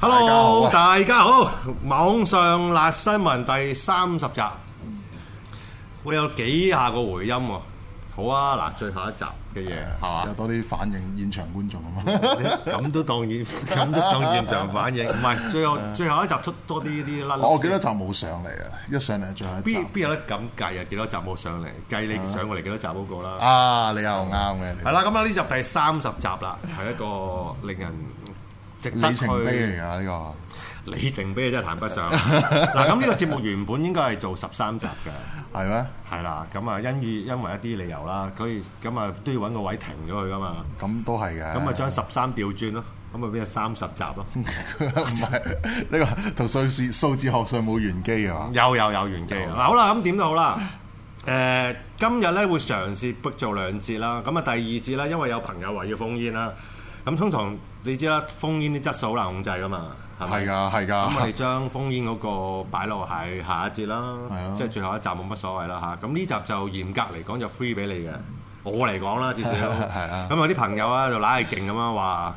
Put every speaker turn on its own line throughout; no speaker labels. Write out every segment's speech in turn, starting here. Hello，大家好，網上辣新聞第三十集，會有幾下個回音喎。好啊，嗱，最後一集嘅嘢 係
有
嘛？
多啲反應現場觀眾啊嘛。
咁都當然，咁都當現場反應，唔係最後最後一集出多啲啲甩。
我記得就冇上嚟啊，一上嚟就最後一
邊
集。
邊有得咁計啊？幾多集冇上嚟？計你上過嚟幾多集嗰個啦。
啊，你又啱嘅。你
係，啦，咁啊呢集第三十集啦，係一個令人值得
里
去
程碑嚟㗎呢
李靖俾你真係談不上。 嗱，咁呢個節目原本應該係做十三集嘅，
個，係咩？
係啦，咁啊因以因為一啲理由啦，所以咁啊都要揾個位停咗佢噶嘛，
咁都係嘅。
咁啊將十三調轉咯，咁啊變咗三十集咯。
唔係呢個同數字數字學上冇玄機啊嘛。
有有有玄機。嗱好啦，咁點都好啦。誒、今日咧會嘗試逼做兩節啦。咁啊，第二節啦，因為有朋友話要封煙啦。咁通常你知啦，封煙啲質素好難控制噶嘛，係咪？
係啊㗎，係
咁我哋
㗎。
將封煙嗰個擺落係下一節啦
係啊，
即係最後一集冇乜所謂啦嚇。咁呢集就嚴格嚟講就 free 俾你嘅，我嚟講啦至少。
係啊
咁有啲朋友啊就懶係勁咁樣話，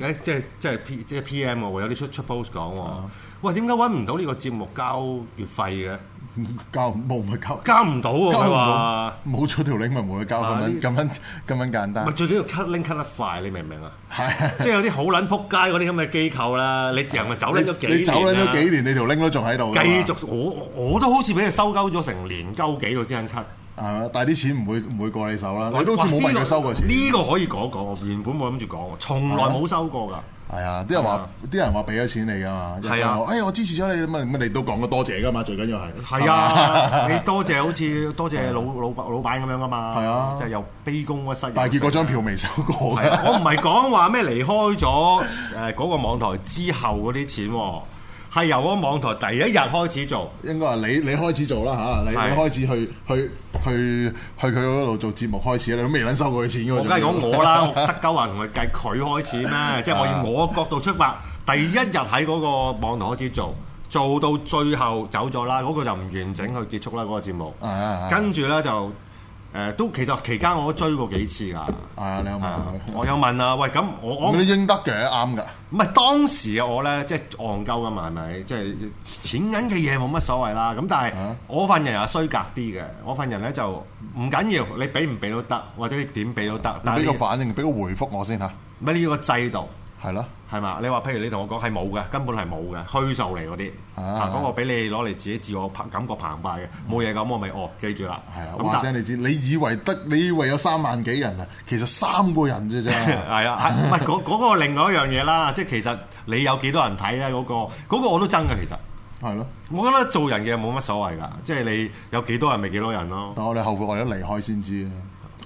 誒即係即係 P 即係 PM 喎，有啲出出 post 講喎。
啊
喂，點解揾唔到呢個節目交月費嘅？
交冇咪交，
交唔到喎，
交
佢
唔
話
到。，冇咗條 link 咪冇得交
啊
咁
呢
樣咁樣咁樣簡單
咪。最緊要 cut link cut 得快，你明唔明啊？
係。
即係有啲好撚撲街嗰啲咁嘅機構啦，你成日走撚咗幾
你你走撚
年啊
咗
啦
幾年，你條 link 都仲喺度㗎嘛。
繼續，我我都好似俾佢收鳩咗成年鳩幾個先肯 cut。
係啊，但係啲錢唔會唔會過你手啦。你都好似冇
哇呢
問
個
佢收過錢。
呢個可以講一講，我原本冇諗住講喎，從
啊
來冇收過㗎。
係啊，啲人話啲人話俾咗錢你噶嘛，
係啊
又話哎呀我支持咗你咁啊，咁你都講過多謝噶嘛，最緊要係啊
係啊，你多謝好似多謝老老老闆咁樣㗎嘛。
係啊
即係又卑躬屈膝。
但係結果張票未收過
係啊，我
嘅，
唔係講話咩離開咗誒嗰個網台之後嗰啲錢喎，係由嗰個網台第一日開始做。
應該話你你開始做啦嚇，你
係
你開始去去去去佢嗰度做節目開始，你都未撚收過佢錢嘅喎。
我梗係講我啦，
啊
我得鳩話同佢計佢開始 咩？即係我以我角度出發，第一日喺嗰個網台開始做，做到最後走咗啦，嗰、個就唔完整去結束啦嗰、個節目。
啊啊啊
跟住咧就誒、都其實期間我都追過幾次㗎。
係啊，你有問
我有問啊，喂咁我我
佢，你應得嘅啱㗎，
唔係當時嘅我咧，即係戇鳩㗎嘛，係咪？即係錢銀嘅嘢冇乜所謂啦。咁但係
啊
我份人係衰格啲嘅，我份人咧就唔緊要，你俾唔俾都得，或者你點俾都得。但係
你俾個
你
反應，俾個回覆我先嚇，
乜呢個制度
係咯。
係嘛？你話譬如你同我講係冇嘅，根本係冇嘅，虛數嚟嗰啲。
啊
啊，嗰個俾你攞嚟自己自我膨感覺澎湃嘅，冇嘢咁我咪哦，記住啦。
係啊，
咁
話
但
聲你知，你以為得，你以為有三萬幾人啊，其實三個人啫 啫。
係啊，係唔係嗰嗰個另外一樣嘢啦？即係其實你有幾多人睇咧？嗰個嗰個我都憎嘅，其實。
係咯，
我覺得做人嘅冇乜所謂㗎，即係你有幾多人咪幾多人咯。
但我哋後悔我哋都離開先知啊。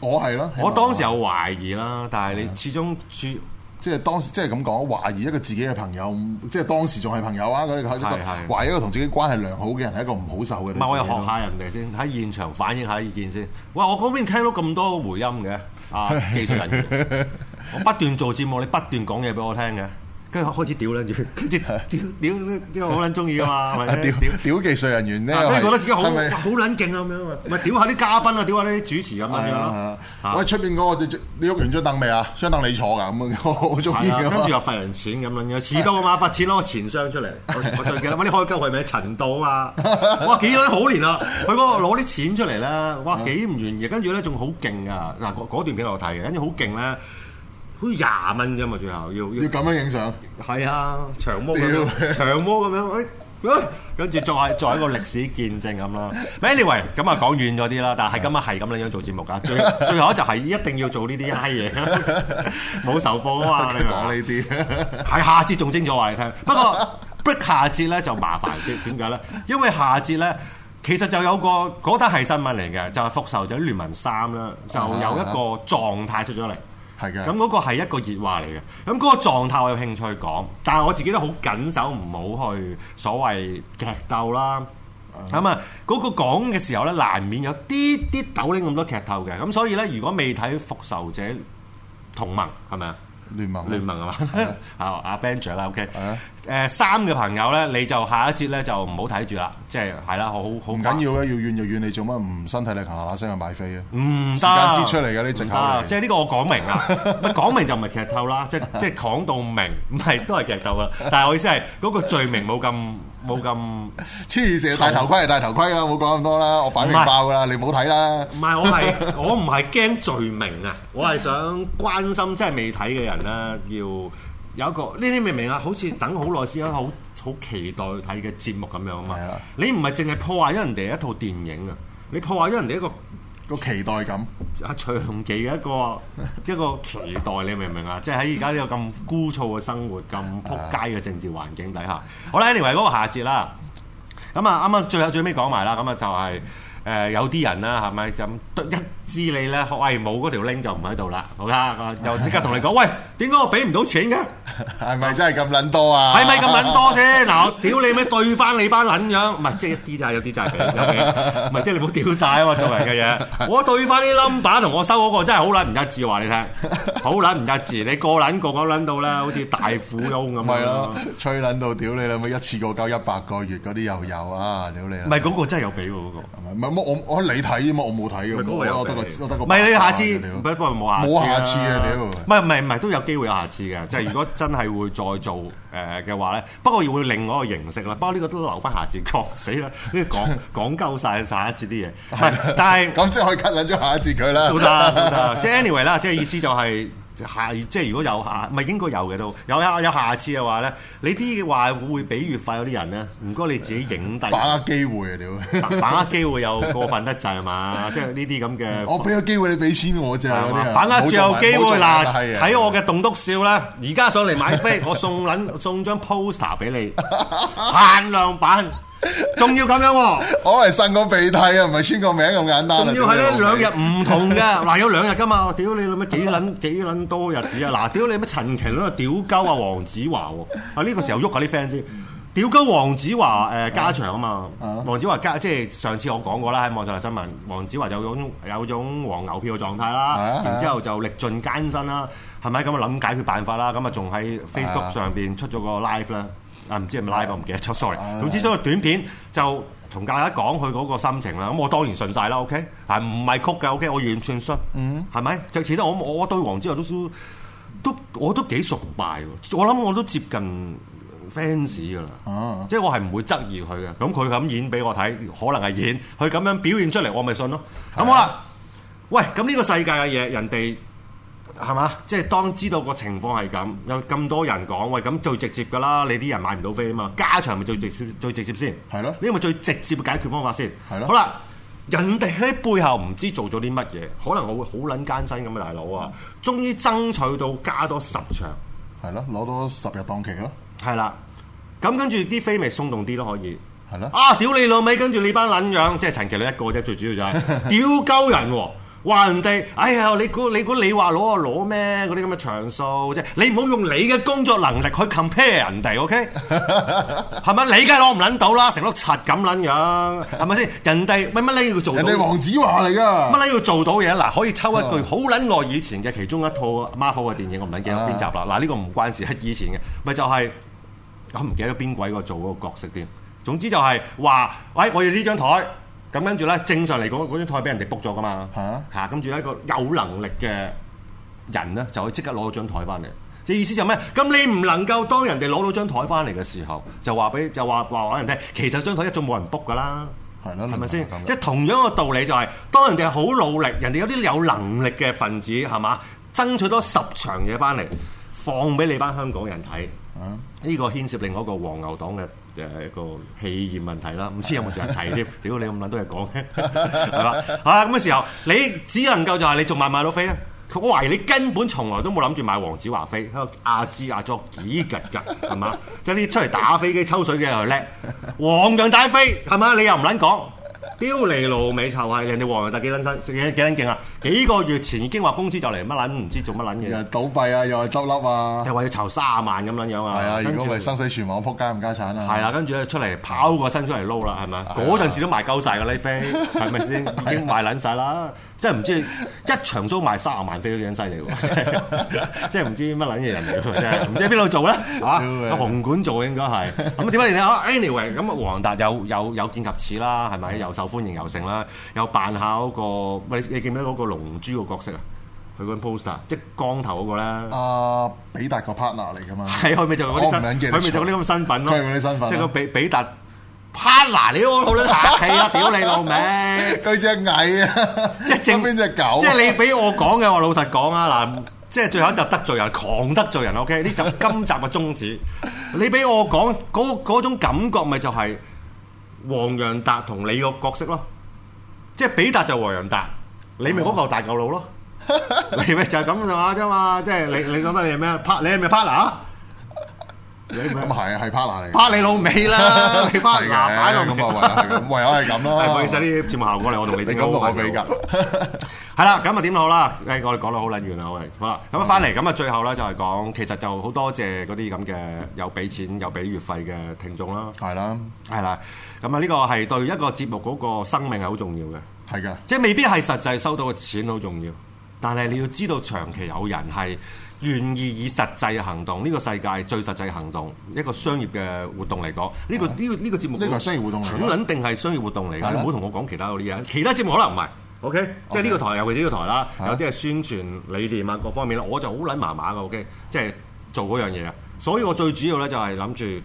我係咯，
我當時有懷疑啦，但係你始終處
即係當時即係咁講，懷疑一個自己嘅朋友，即係當時仲係朋友啊！佢佢
係係
懷疑一個同自己關係良好嘅人係一個唔好受嘅。
唔係我又
你自己
學
都
下人哋先，喺現場反映下意見先。哇！我嗰邊聽到咁多回音嘅 啊，技術人員，我不斷做節目，你不斷講嘢俾我聽嘅，跟住開始屌撚住，跟住 屌屌屌，我好撚中意㗎 嘛，係咪
啊屌
先屌？
屌技術人員咧，
啊跟住覺得自己好好
係咪
撚勁啊咁樣啊，咪屌下啲嘉賓啊，屌下啲主持咁樣
係
咯
啊！係啊
啊
喂，出邊嗰個你喐完張凳未啊？張凳你坐㗎咁啊， 我好中意
係啊，
㗎
跟住又
嘛。
罰人錢咁樣嘅，遲到啊嘛，罰錢攞個錢箱出嚟。我我最記得，揾啲開鳩佢咪陳道啊嘛， 哇幾撚好年啊！佢嗰個攞啲錢出嚟咧，哇幾唔願意，跟住咧仲好勁啊！嗱，嗰嗰段片我有睇嘅，跟住好勁咧，好似廿蚊啫嘛，最後要
要
要
咁樣影相，
係啊，長毛咁
屌
樣，長毛咁樣，喂、喂跟住作為作為一個歷史見證咁 啦。anyway，咁啊講遠咗啲啦，但係今日係咁樣樣做節目㗎，最最後一集係一定要做呢啲閪嘢， 冇仇報啊嘛， 你明唔明啊
講呢啲
係下節仲精咗話你聽。不過 break 下節咧就麻煩啲，點解咧？因為下節咧其實就有個嗰單係新聞嚟嘅，就係、復仇者聯盟三啦，就有一個狀態出咗嚟。
係嘅。
咁嗰個係一個熱話嚟嘅，咁嗰個狀態我有興趣講，但係我自己都好緊守，唔好去所謂劇鬥啦。咁啊，嗰個講嘅時候咧，難免有啲啲抖拎咁多劇透嘅，咁所以咧，如果未睇《復仇者同盟》係咪啊？
聯盟
聯盟係嘛？ 啊 Avenger 啦，OK
啊。
誒三嘅朋友咧，你就下一節咧就唔好睇住啦，即係係啦，好好
唔緊要啊，要遠就遠，你做乜唔身體力行嗱嗱聲去買飛啊？
唔得，
時間支出嚟嘅呢藉口
唔
嚟
得，即係呢個我講明 啦，咪講明就唔係劇透啦，即係即係講到明，唔係都係劇透噶啦。但係我意思係嗰個罪名冇咁冇咁，唔
黐線，戴頭盔係戴頭盔啦，冇講咁多啦，我反面
唔係
爆啦，你唔好睇啦。
係我係 我唔係驚罪名啊，我係想關心即係未睇嘅人啦，要有一個呢啲明唔明啊？好似等好耐先有一個好好期待睇嘅節目咁樣啊嘛
係啊。
你唔係淨係破壞咗人哋一套電影啊，你破壞咗人哋一個。
個期待感，
啊長期嘅一個一個期待，你明唔明啊？即係喺而家呢個咁枯燥嘅生活、咁撲街嘅政治環境底下，好啦，anyway 嗰個下節啦。咁啊，啱啱最後最尾講埋啦，咁啊就係、誒有啲人啦，係咪就咁一知你咧？喂，冇嗰條 link 就唔喺度啦，好啦，咁啊就即刻同你講，喂，點解我俾唔到錢嘅？
係咪真係咁撚多啊？
係咪咁撚多先？嗱，我屌你咩對翻你班撚樣，唔係即係一啲咋，有啲咋，有嘅唔係即係你冇屌晒啊嘛，做人 嘅嘢。我對翻啲 number 同我收嗰個真係好撚唔一致，話你聽，好撚唔一致。你個撚個個撚到啦，好似大富翁咁
咪
樣
咯。，吹撚到屌你啦！咪一次過交一百個月嗰啲又有啊！屌你啦！
唔係嗰個真係有俾喎嗰個。
唔係我我我你睇啊嘛，我冇睇
唔係
嘅，
嗰
我
個有
我得個
俾
我得個
唔係你下次，
屌
不不過冇下次
冇
啦
下次啊屌！
唔係唔係唔係都有機會有下次嘅，即係如果真係會再做誒嘅話咧，不過要會另外一個形式啦。不過呢個都留翻下次講死啦，呢個講 講鳩晒下一節啲嘢。唔係，但係
咁即係可以 cut 撚咗下一節佢啦。
都得都得，即係 anyway 啦，即係意思就係、下即係如果有下，唔係應該有嘅都有有有下次嘅話咧，你啲話會俾月費嗰啲人咧，唔該你自己影低，
把握機會啊！屌，
把把握機會又過分得滯係嘛？即係呢啲咁嘅
我俾個機會你俾錢我咋嗰啲啊
把握住有機會啦，睇我。
冇做埋冇做埋係
嘅
啊
棟篤笑啦！而家上嚟買飛，我送 撚送張 poster 俾你，限量版，仲要咁樣 喎，
我係呻個鼻涕啊，唔係簽個名咁簡單
仲
啊。
要係
屌
呢
你老
兩
味
日唔同嘅，嗱有兩日噶嘛，屌你老味幾撚幾撚多日子啊！嗱，屌你乜陳瓊喺度屌鳩啊黃子華喎，啊呢個時候喐下啲 friend 先。屌鳩黃子華誒家長啊嘛，黃子華家即係上次我講過啦，喺網上嘅新聞，黃子華有種有種黃牛票嘅狀態
係啊係
啦
啊，
然之後就歷盡艱辛啦，係咪咁啊諗解決辦法啦？咁啊仲喺 Facebook 上邊出咗個 live 啦，啊唔知係咪 live 我唔記得咗，sorry。總之都個短片就同大家講佢嗰個心情啦。咁我當然信晒啦，OK，係唔係曲㗎？OK，我完全信，係咪？就其實我我我對黃子華都都我都幾崇拜喎，我諗我都接近 fans 㗎啦。
啊
即係我係唔會質疑佢嘅。咁佢咁演俾我睇，可能係演，佢咁樣表現出嚟，我咪信咯。咁好啦，喂，咁呢個世界嘅嘢，人哋係嘛？即係當知道個情況係咁，有咁多人講，喂，咁最直接㗎啦，你啲人買唔到飛啊嘛，加場咪最直接最直接先，
係咯
呢個咪最直接嘅解決方法先，
係咯
好啦。人哋喺背後唔知做咗啲乜嘢，可能我會好撚艱辛咁嘅大佬
嗯
啊！終於爭取到加多十場，
係咯，攞多十日檔期咯，
係啦，咁跟住啲飛咪鬆動啲咯，可以。
係咯。
啊！屌你老味，跟住你班撚樣，即係陳其女一個啫，最主要就 係屌鳩人喎、話人哋，哎呀！你估你估你話攞我攞咩？嗰啲咁嘅場數啫，你唔好用你嘅工作能力去 compare 人哋，OK？係咪？你梗係攞唔撚到啦，成碌柒咁撚樣，係咪先？人哋乜乜你要做
人
到
哋黃子華嚟㗎，
乜咧要做到嘢咧？嗱，可以抽一
啊
句好撚耐以前嘅其中一套 Marvel 嘅電影，我唔撚記得
啊
邊集啦。嗱，呢個唔關事，係以前嘅，咪就係我唔記得邊鬼個做嗰個角色添。總之就係話，喂，我要呢張台。咁跟住咧，正常嚟講，嗰張台俾人哋 book 咗噶嘛。
嚇
嚇，跟住一個有能力嘅人咧，就可以即刻攞到張台翻嚟。即係意思就咩？咁你唔能夠當人哋攞到張台翻嚟嘅時候，就話俾就話話話人聽，其實張台一早冇人 book 噶啦。
係咯，
係咪先
咁樣？
即係同樣嘅道理就係、當人哋好努力，人哋有啲有能力嘅分子係嘛，爭取多十場嘢翻嚟，放俾你班香港人睇。
啊
呢個牽涉另外一個黃牛黨嘅誒一個氣焰問題啦，唔知有冇時間提添？ 屌你咁撚多嘢講嘅， 係嘛？啊咁嘅時候，你只能夠就係你仲買唔買到飛咧？我懷疑你根本從來都冇諗住買黃子華飛，喺度亞支亞作幾拮㗎，係嘛？即係呢啲出嚟打飛機抽水嘅又叻，黃洋大飛係嘛？你又唔撚講，屌你老味臭閪！人哋黃仁達幾撚新幾幾撚勁啊！幾個月前已經話公司就嚟乜撚唔知做乜撚
又
嘢，
係倒閉啊，又係執笠啊，
又話要籌卅萬咁撚樣啊！
係啊，
跟
如
住
果咪生死存亡，撲街唔家產啊，
係啦，跟住咧出嚟拋個身出嚟撈啦，係咪？嗰陣時都賣鳩晒㗎呢飛，係咪先？已經賣撚晒啦，即係唔知一場 show 賣三十萬飛都幾撚犀利喎！即係唔知乜撚嘢人嚟㗎，真係唔知邊度做咧嚇？啊
屌你
紅館做應該係咁點解你啊？anyway，咁啊，黃達有有有見及此啦，係咪？又受歡迎又成啦，又扮下嗰個喂，你記唔記得嗰個龍珠個角色啊？佢嗰 poster 即係光頭嗰個咧。
阿比達個 partner 嚟噶嘛，
係佢咪就係嗰啲
我唔撚
身，
記
佢
得
咪就係嗰啲咁嘅身份咯，
佢係嗰啲身份
即係
咯
個比比達 partner 你都好撚客氣啦，屌你老味！
佢隻蟻啊，
即係正
側邊隻狗，啊
即係你俾我講嘅，我老實講啊嗱，即係最後一集得罪人，狂得罪人，OK？呢集 今集嘅宗旨，你俾我講嗰嗰種感覺，咪就係黃洋達同你個角色咯，即係比達就黃洋達，你咪嗰嚿大嚿佬 咯。你咪就係咁上下啫嘛，即係你你覺得你係咩 part？你係咪 partner？啊你咪
咁係係 partner 嚟㗎。
巴你老尾 啦，你巴
係嘅
牙擺落
咁啊，唯有係咁，唯有係
係
咁
唔
咯。
好意思，呢啲節目效果嚟，我同你
你咁同我比較，
係啦，咁啊點好啦？誒，我哋講到好撚遠啦，我哋好啦，咁啊翻嚟，咁啊最後咧就係講，其實就好多謝嗰啲咁嘅有俾錢有俾月費嘅聽眾啦，
係啦，
係啦，咁啊呢個係對一個節目嗰個生命係好重要嘅，
係㗎。
即係未必係實際收到嘅錢好重要，但係你要知道長期有人係願意以實際嘅行動，呢、個世界最實際嘅行動，一個商業嘅活動嚟講，呢、個呢、個呢、個節目
啊呢個係商業活動嚟㗎
肯肯定係商業活動嚟
係
㗎，
啦
唔好同我講其他嗰啲嘢，其他節目可能唔係。OK，即係呢個台，尤其呢個台啦，有
係
啲係宣傳理念啊，各方面啦，我就好撚麻麻㗎。OK，即係做嗰樣嘢啊，所以我最主要咧就係諗住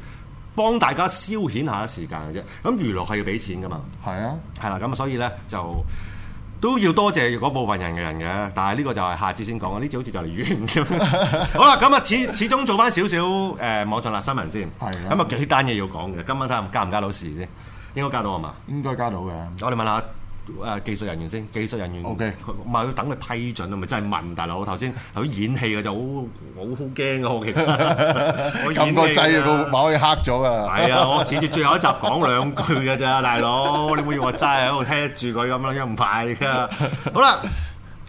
幫大家消遣下時間嘅啫。咁娛樂係要俾錢㗎嘛。
係啊，
係啦，咁所以咧就都要多謝嗰部分人嘅人嘅，但係呢個就係下次先講啊，呢次好似就嚟完咁。 好啦，咁啊始始終做翻少少誒網上辣新聞先，
係啦
咁啊幾單嘢要講嘅，今晚睇下加唔加到時先，應該加到啊係嘛？
應該加到嘅。
我哋問下。誒技術人員先，技術人員
OK
唔係要等佢批准啊，咪真係問大佬。頭先頭先演戲嘅就好，我好驚啊嘅我其實。 我演
撳個
戲
掣啊
㗎
個馬可以黑咗㗎啦。
係啊，我恃住最後一集講兩句嘅咋，大佬，你唔好以為我真係喺度聽住佢咁樣，唔係噶。好啦，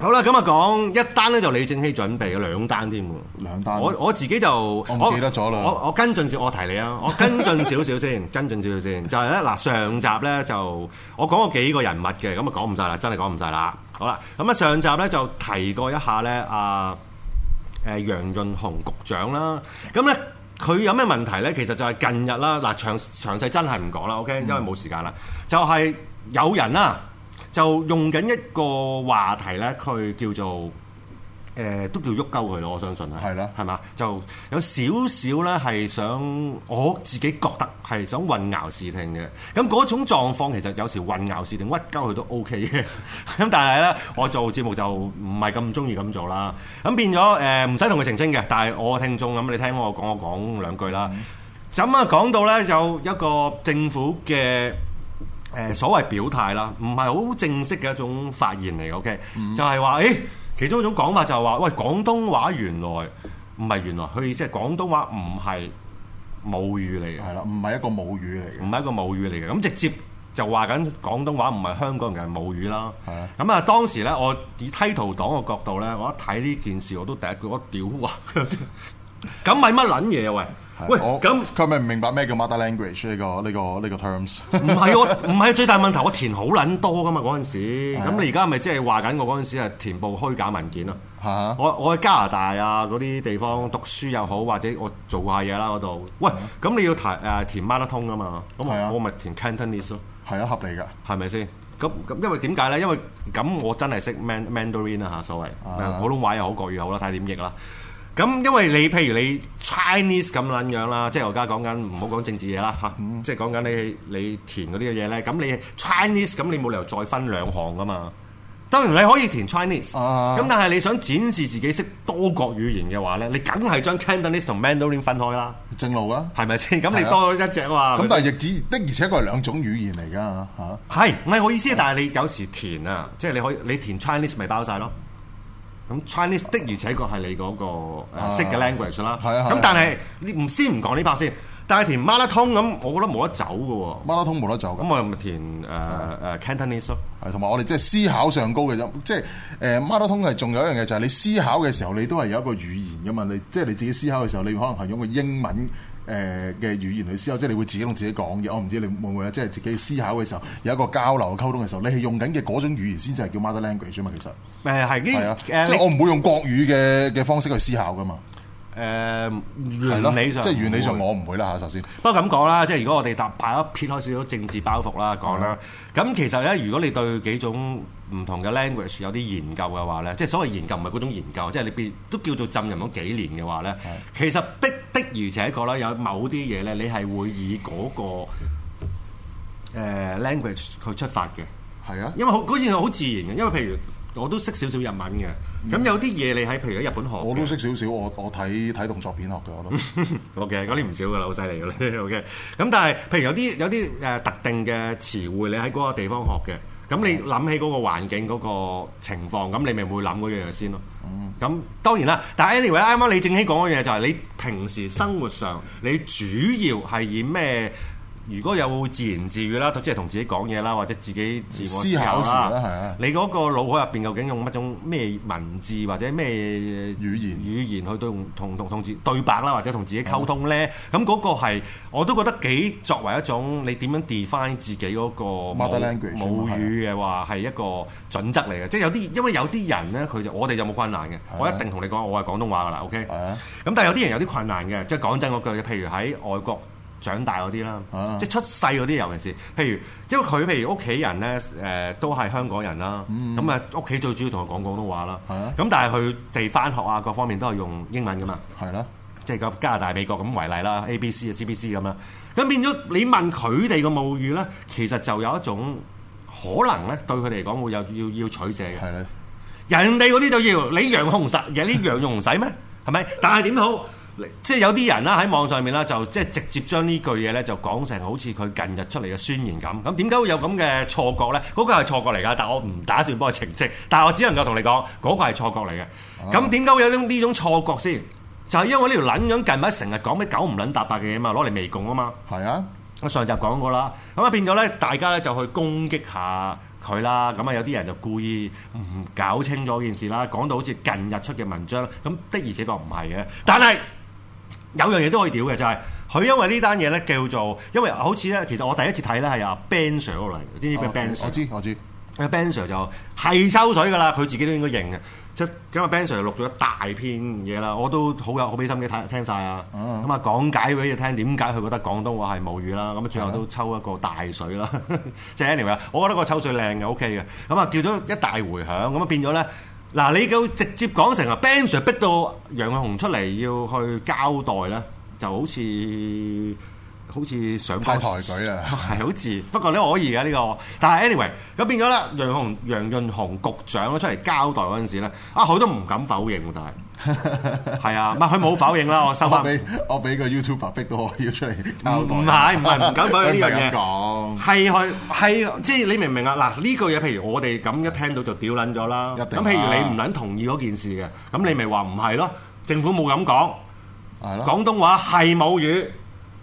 好啦，咁啊講一單咧就李正熙準備兩單添喎。
兩單
我我自己就我
唔記得咗啦
我我跟進少，我提你啊， 我跟進少少先，跟進少少先，就係咧嗱，上集咧就我講過幾個人物嘅，咁啊講唔晒啦，真係講唔晒啦。好啦，咁啊上集咧就提過一下咧啊。誒楊潤雄局長啦。咁咧佢有咩問題咧？其實就係近日啦，嗱詳詳細真係唔講啦，OK，因為冇時間啦。就係、有人啦，就用緊一個話題咧，佢叫做誒、呃都叫喐鳩佢咯，我相信係
係啦
係嘛？就有少少咧係想我自己覺得係想混淆視聽嘅。咁嗰種狀況其實有時混淆視聽屈鳩佢都 OK 嘅。 咁但係咧，我做節目就唔係咁中意咁做啦。咁變咗誒唔使同佢澄清嘅，但係我聽眾咁你聽我講，我講兩句啦。咁啊講到咧有一個政府嘅。誒、呃所謂表態啦，唔係好正式嘅一種發言嚟嘅，OK，、就
嗯
係話，誒，其中一種講法就係話，喂，廣東話原來唔係原來，佢意思係廣東話唔係母語嚟嘅，
係啦，唔係一個母語嚟嘅
唔。係一個母語嚟嘅，咁直接就話緊廣東話唔係香港人嘅母語啦
係啊。
咁啊，當時咧，我以梯圖黨嘅角度咧，我一睇呢件事，我都第一句我屌啊！咁咪乜撚嘢啊？
係
喂，喂，
我
咁
佢咪唔明白咩叫 mother language 呢個呢個 呢個 terms？
唔係我唔係最大問題，我填好撚多噶嘛嗰陣時。
係啊
咁你而家咪即係話緊我嗰陣時係填報虛假文件啊！
嚇
我我喺加拿大啊嗰啲地方讀書又好，或者我做下嘢啦嗰度。喂，咁你要填誒填 m a 通噶嘛？咁
係啊
我我咪填 Cantonese 咯，
係啊，合理㗎。
係咪先？咁咁因為點解咧？因為咁我真係識 Man Mandarin 啊嚇，所謂、
啊
普通話又好，國語又好啦，睇點譯啦。咁因為你譬如你 Chinese 咁撚樣啦，即係我而家講緊唔好講政治嘢啦嚇，
嗯
即係講緊你你填嗰啲嘅嘢咧，咁你 Chinese 咁你冇理由再分兩項噶嘛。當然你可以填 Chinese，咁、
啊
但係你想展示自己識多國語言嘅話咧，你梗係將 Cantonese 同 Mandarin 分開啦，
正路啊！
係咪先？咁
係
你
啊
多一隻啊嘛。
咁但係亦只的而且確係兩種語言嚟㗎嚇。
係，唔係我意思，但係你有時填啊，即係你可以你填 Chinese 咪包晒咯。咁 Chinese 的而且確係你嗰、個、呃
啊
識嘅 language 啦。
係啊係啊
咁但係你唔先唔講呢 part 先，但係填馬拉通咁，我覺得冇得走嘅喎。
馬拉通冇得走㗎
咁。我咪填誒誒 Cantonese 咯。
係啊同埋我哋即係思考上高嘅啫，即係呃誒孖得通係仲有一樣嘢啊就係、你思考嘅時候，你都係有一個語言噶嘛，你即係你自己思考嘅時候，你可能係用個英文。誒嘅語言去思考，即係你會自己同自己講嘢。我唔知你會唔會咧，即係自己思考嘅時候有一個交流溝通嘅時候，你係用緊嘅嗰種語言先至係叫 mother language 啊嘛。其實
誒係
係啊
呢，呃
即
誒
係我唔會用國語嘅嘅方式去思考噶嘛。
誒
係咯，
呃原理上
即係原理上
唔會
我唔會啦嚇。首先，
不過咁講啦，即係如果我哋搭擺一撇開少少政治包袱啦講
啊
啦，咁其實咧，如果你對幾種唔同嘅 language 有啲研究嘅話咧，即係所謂研究唔係嗰種研究，即係你變都叫做浸淫咗幾年嘅話咧，其實的的而且確啦，有某啲嘢咧，你係會以嗰、個、呃 language 去出發嘅。
係啊，
因為好嗰件事好自然嘅，因為譬如我都識少少日文嘅，咁有啲嘢你喺譬如喺日本學嘅，
嗯我都識少少，我我睇睇動作片學嘅 我都。
OK，嗰啲唔少噶啦，好犀利噶啦。OK，咁 但係譬如有啲有啲誒、呃特定嘅詞彙，你喺嗰個地方學嘅，咁你
嗯
諗起嗰個環境嗰、個情況，咁你咪會諗嗰樣嘢先咯。
嗯
咁、當然啦，但係 anyway 啦啱啱李正熙講嗰樣嘢就係你平時生活上你主要係以咩？如果有自言自語啦，即係同自己講嘢啦，或者自己自我
思考時啦
思考
係啊
你嗰個腦海入邊究竟用乜種咩文字或者咩語
言
語言去同同同同自對白啦，或者同自己溝通咧？咁嗰個係我都覺得幾作為一種你點樣 define 自己嗰個母
Mother language
母
係啊
語嘅話係一個準則嚟嘅，即係有啲因為有啲人咧佢就我哋就冇困難嘅，我一定同你講啊我係廣東話噶啦，OK？
係啊
咁但係有啲人有啲困難嘅，即係講真嗰句，譬如喺外國長大嗰啲啦，
啊
即係出世嗰啲，尤其是譬如因為佢譬如屋企人咧，誒、都係香港人啦，咁啊屋企最主要同佢講廣東話啦，
嗯係啊
咁但係佢哋翻學啊各方面都係用英文噶嘛。
係啦，
即係個加拿大、美國咁為例啦，A、B、C 啊、C、B、C 咁啦，咁變咗你問佢哋個母語咧，其實就有一種可能咧，對佢哋嚟講會有要要取捨嘅。
係啦，
人哋嗰啲就要，你羊紅實，有啲羊肉唔使咩？係咪？但係點都好，即係有啲人啦喺網上面啦，就即係直接將呢句嘢咧就講成好似佢近日出嚟嘅宣言咁。咁點解會有咁嘅錯覺咧？嗰、個係錯覺嚟㗎，但我唔打算幫佢澄清，但係我只能夠同你講，嗰、個係錯覺嚟嘅。咁點解會有呢種呢種錯覺先？就係因為呢條撚樣近排成日講咩狗唔撚搭八嘅嘢嘛，攞嚟未共啊嘛。
係啊，
我上集講過啦，咁啊變咗咧，大家咧就去攻擊下佢啦。咁啊有啲人就故意唔搞清楚件事啦，講到好似近日出嘅文章，咁的而且確唔係嘅。但係有樣嘢都可以屌嘅就係、佢因為呢單嘢咧叫做，因為好似咧，其實我第一次睇咧係阿 Ben Sir 嗰度嚟嘅，知唔知咩 Ben
啊哦
Sir？
我我知我知。
阿 Ben Sir 就係抽水㗎啦，佢自己都應該認嘅。即咁啊，Ben Sir 錄咗一大篇嘢啦，我都好有好俾心機睇聽晒啊。
嗯
咁啊，講解俾佢聽點解佢覺得廣東話係母語啦。咁啊，最後都抽一個大水啦。 即係 anyway，啦我啊覺得個抽水靚嘅，OK 嘅。咁啊，叫咗一大迴響，咁啊變咗咧。嗱，你夠直接講成啊，Ben Sir 逼到楊紅出嚟要去交代咧，就好似好似上
派
綱
抬舉啊！
係好似，不過咧我可以嘅呢個，但係 anyway 咁變咗咧，楊紅楊潤雄局長出嚟交代嗰陣時咧，啊佢都唔敢否認 喎，但係係啊，唔係佢冇否認啦，我收
我
翻。
俾我俾個 YouTuber 逼到我要出嚟交代。
唔係唔係唔敢 講呢樣嘢
唔敢講
係佢係即係你明唔明啊？嗱呢句嘢，譬如我哋咁一聽到就屌撚咗啦。
一
咁
定啊
譬如
啦
你唔撚同意嗰件事嘅，咁你咪話唔係咯？政府冇咁
啊
講，
係咯，
廣東話係母語，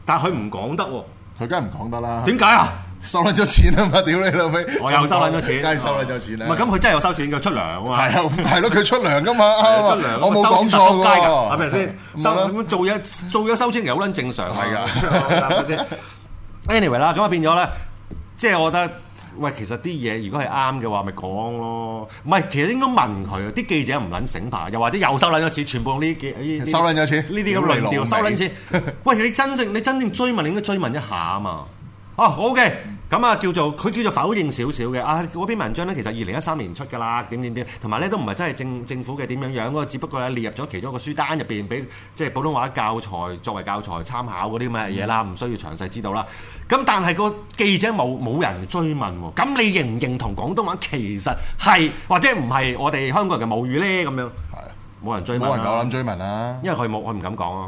但係佢唔講得喎，
佢梗係唔講得啦。
點解啊？
收撚咗錢啊嘛！屌你老味，
我又收撚咗錢，哦
梗係收撚咗錢啦。
唔係咁，佢真係有收錢嘅，出糧啊嘛。啊
係啊，係咯，佢出糧噶嘛，啊
出糧，
我冇講錯
㗎，
喎，啊
係咪先？收
冇啦
咁做嘢做嘢收錢其實好撚正常啊
係啊㗎
係咪先？anyway 啦，咁啊變咗咧，即係我覺得。喂，其實啲嘢如果係啱嘅話，咪講咯。唔係，其實應該問佢啊。啲記者唔撚醒牌，又或者又收撚咗錢，全部用呢幾呢呢
收撚咗錢
呢啲咁論
屌
調，
你
收
老味
撚錢。 喂，你真正你真正追問，你應該追問一下啊嘛。哦，OK，咁啊叫做佢叫做否認少少嘅啊，嗰篇文章咧其實二零一三年出㗎啦，點點點，同埋咧都唔係真係政政府嘅點樣樣嗰個，只不過咧列入咗其中一個書單入邊，俾即係普通話教材作為教材參考嗰啲咁嘅嘢
嗯
啦，唔需要詳細知道啦。咁但係個記者冇冇人追問喎，咁你認唔認同廣東話其實係或者唔係我哋香港人嘅母語咧？咁樣
係啊
冇人追問
冇
啦
人夠膽追問啦。
因為佢冇，佢唔敢講啊。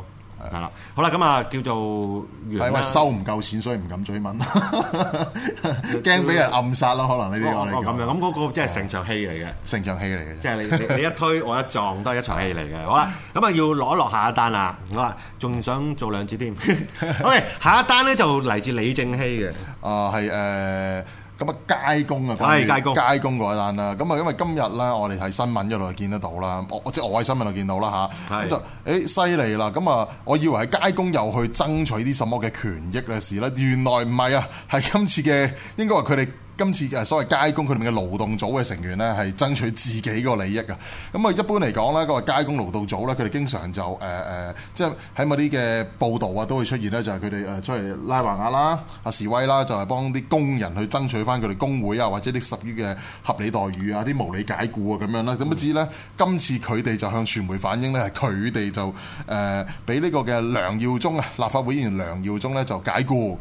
係啦，好啦，咁啊叫做
係
完
因
啦
為收唔夠錢，所以唔敢追問， 驚俾人暗殺咯。可能呢啲我
哦
哋
咁樣，
講
咁嗰個即係成場戲嚟嘅。
成場戲嚟嘅啫
即。係你你你一 推我一撞都係一場戲嚟嘅，好啦，咁啊要攞落下一單啦，好啦，仲想做兩次 添。OK，下一單咧就嚟自李正熙嘅，
啊係誒咁啊街工啊，關於
係街工
街工嗰一單啦。咁啊，因為今日咧，我哋喺新聞一路就見得到啦，我我即係我喺新聞度見到啦吓，
係
咁就誒犀利啦。咁啊，我以為係街工又去爭取啲什麼嘅權益嘅事咧，原來唔係啊，係今次嘅應該話佢哋。 今次嘅所謂街工佢哋嘅勞動組嘅成員呢，係爭取自己個利益啊！咁啊，一般嚟講呢個街工勞動組呢，佢哋經常就誒誒、呃呃即係喺某啲嘅報道啊，都會出現呢，就係佢哋誒出嚟拉橫額啦、啊示威啦，就係、幫啲工人去爭取翻佢哋工會啊，或者啲十於嘅合理待遇啊、啲無理解僱啊咁樣啦。
嗯
咁不知呢，今次佢哋就向傳媒反映呢，係佢哋就誒俾呢個嘅梁耀忠啊，立法會議員梁耀忠呢，就解僱。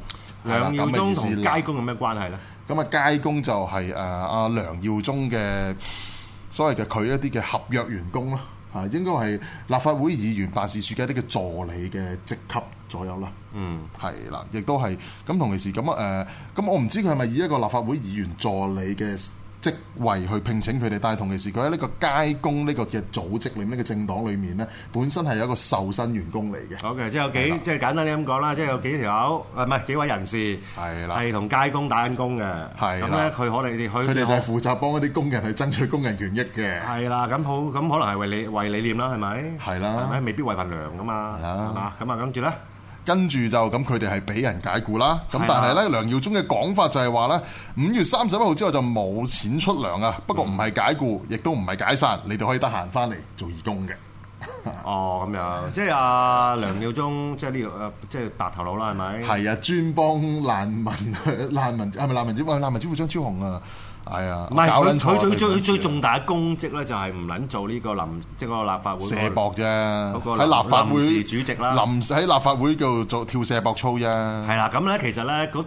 係啦
梁耀
咁嘅
忠
意思
同
啦
街工有咩關係咧？
咁啊，街工就係誒阿梁耀忠嘅所謂嘅佢一啲嘅合約員工啦，嚇應該係立法會議員辦事處嘅一啲嘅助理嘅職級左右啦。
嗯，
係啦，亦都係咁同其時咁啊誒，咁、我唔知佢係咪以一個立法會議員助理嘅職位去聘請佢哋，但係同其時佢喺呢個街工呢個嘅組織裏面，呢、個政黨裏面呢，本身係有一個受薪員工嚟嘅。
好嘅，即係有
係啦
幾即係簡單啲咁講啦，即係有幾條友啊唔係幾位人士
係啦
係同街工打緊工嘅，咁
係啦
咧佢可能佢
佢哋就係負責幫一啲工人去爭取工人權益嘅。
係啦，咁好咁可能係為理為理念啦，係咪？
係啦
係咪未必為份糧噶嘛？
係啦
係嘛？咁啊，跟住咧，
跟住就咁佢哋係俾人解僱啦。咁
係啊
但係呢，梁耀忠嘅講法就係話呢，五月三十一號之後就冇錢出糧啊。不過
嗯
唔係解僱，亦都唔係解散，你哋可以得閒翻嚟做義工嘅。
哦咁樣，即係阿梁耀忠，即係呢條誒，即係白頭佬啦，係咪？
係啊，專幫難民難民 係咪難民主？喂，難民主會張超雄啊，係啊，
唔係
搞
佢
撚錯
佢
啊
最
對唔
最
住
最重大嘅功績咧，就係唔撚做呢個林，即係個立法會嗰個
射博啫，
個
喺立法
臨
會
時主席啦
臨喺立法會度做跳射博操啫。
係啦，咁咧其實咧嗰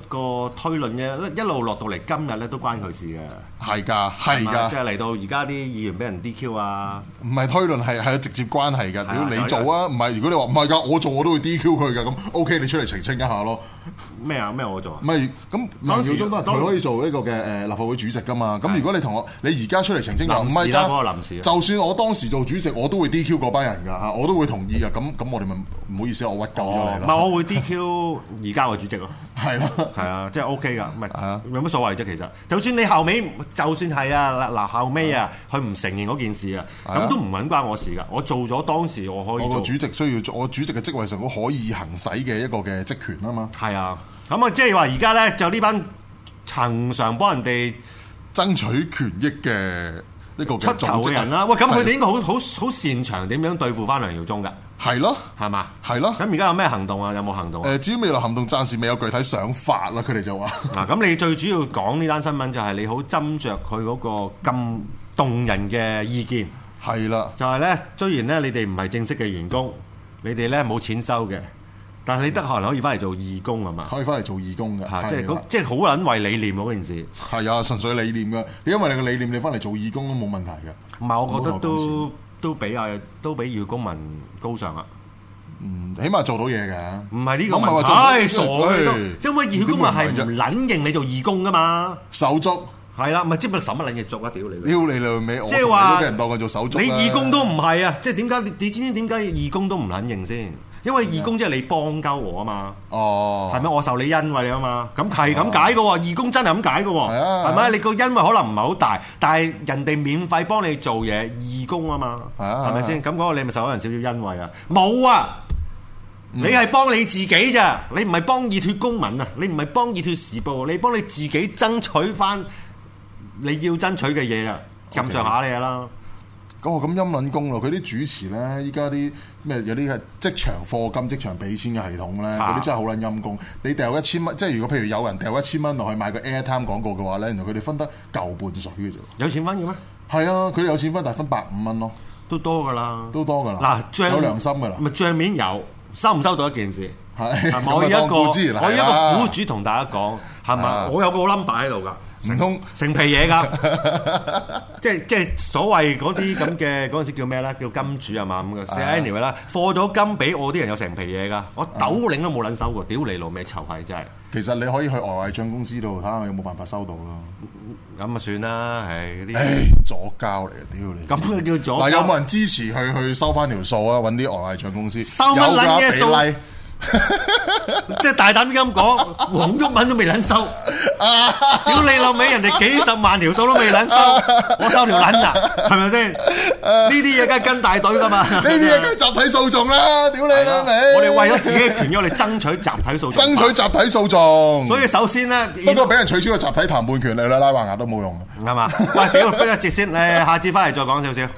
個推論嘅一路落到嚟今日咧都關佢事嘅，
係㗎，係
係嘛即
㗎，
係嚟到而家啲議員俾人 DQ 啊，
唔係推論係係有直接關係㗎。屌
啊
你
有
做啊，唔係如果你話唔係㗎，我做我都會 DQ 佢㗎。咁 OK，你出嚟澄清一下咯。
咩啊咩我做啊
唔，係咁，梁耀忠都係
當時
佢可以做呢個嘅誒立法會主席㗎嘛。咁如果你同我你而家出嚟澄清話唔
臨時
係
啦
㗎
嗰個臨時啊
就算我當時做主席，我都會 DQ 嗰班人㗎嚇，我都會同意㗎。咁咁我哋咪唔好意思，啊我屈鳩咗
哦唔
你
係
啦。
我會 DQ 而家嘅主席咯。
係啦，
係啊，即係 OK 噶，唔係
啊
有乜所謂啫。其實，就算你後尾，就算係啊，嗱嗱後尾啊，佢唔承認嗰件事啊，
係啊
咁都唔揾關我事噶。我做咗當時我可以
我
做
個，主席需要做，我主席嘅職位上我可以行使嘅一個嘅職權啊嘛，
係啊。咁啊，即係話而家咧，就呢班層常幫人哋
爭取權益嘅呢個嘅
出頭
組
嘅
織
人啦。喂，咁佢哋應該好好好擅長點樣對付翻梁耀忠噶，
係咯，
係嘛？
係咯。
咁而家有咩行動啊？有冇行動啊？
誒，呃至於未來行動暫時未有具體想法啦，佢哋就話。
嗱，咁你最主要講呢單新聞就係你好斟酌佢嗰個咁動人嘅意見。
係啦，
就係咧，雖然咧你哋唔係正式嘅員工，你哋咧冇錢收嘅，但係你得閒可以翻嚟做義工啊嘛，
可以翻嚟做義工嘅，
嚇！即係
嗯係啦啊
嗰即係好撚為理念嗰件事。
係啊，純粹理念嘅，因為你個理念，你翻嚟做義工都冇問題
唔
嘅。
係，我覺
冇啊
得
錯
都都比啊都比義工民高尚啊！
嗯，起碼做到嘢嘅。
唔係呢個
我唔係
問
話
題，
做
唉
義
傻
工
嘅都
唉
因為義工民啊係
點會唔係啫
唔撚認你做義工噶嘛，
手足，
係啦，咪即係咪審乜撚嘢做啊？屌你！
撩你老尾，我
即係話
同你都俾人當佢做手足啦
你義工都唔係啊！即係點解你你知唔知點解義工都唔撚認先？因為義工即係你幫鳩我啊嘛。
哦，
係咪？我受你恩惠啊嘛，咁係咁解嘅喎，義工真係咁解嘅喎，
係啊
係咪？你個恩惠可能唔係好大，但係人哋免費幫你做嘢，義工啊嘛，
係啊
係咪先？咁嗰個你咪受咗人少少恩惠啊？冇啊！
嗯
你係幫你自己咋，你唔係幫義脱公民啊，你唔係幫義脱時報，啊你幫你自己爭取翻你要爭取嘅嘢啊，咁上下你啦。
哦咁陰撚工咯，佢啲主持咧，依家啲咩有啲係職場課金、職場俾錢嘅系統咧，
啊
嗰啲真係好撚陰功。你掉一千蚊，即係如果譬如有人掉一千蚊落去買個 AirTime 廣告嘅話咧，原來佢哋分得嚿半水嘅啫。
有錢分嘅咩？
係啊，佢哋有錢分，但係分百五蚊咯，
都多噶啦，
都多㗎
嗱
啦，，
帳
啊有良心㗎啦。
咪帳面有，收唔收到一件事？
係
係咪我
咁
以
就當
一個
固之然
我以一
係啦
個苦主同大家講，係咪？
啊
我有個 number 喺度㗎，
唔通
成皮嘢 㗎，即係即係所謂嗰啲咁嘅嗰陣時叫咩咧？叫金主係嘛
啊
咁嘅，anyway 啦，貨咗金俾我啲人有成皮嘢㗎，
啊
我斗領都冇撚收過，屌你老味臭閪真係，
其實你可以去外匯帳公司度睇下有冇辦法收到咯。
咁啊算啦，唉嗰啲
唉，左交嚟嘅，屌你！
咁啊叫左
嗱，有
膠
冇人支持佢去收翻條數啊？揾啲外匯帳公司
收乜
有嘅話
撚嘢
俾
數
like
即係大膽啲咁講，黃毓民都未撚收，
啊
屌你老味，人哋幾十萬條數都未撚收，我收條撚啊，係咪先？呢啲嘢梗係跟大隊㗎嘛，呢
呢啲嘢梗係集體訴訟啦！屌你啦你！
我哋為咗自己嘅權益，我哋爭取集體訴訟，
爭取集體訴訟，
所以首先咧，
不過俾人取消個集體談判權利啦，拉橫額都冇用。
係嘛？喂，屌，不一節先，誒，下次翻嚟再講少少。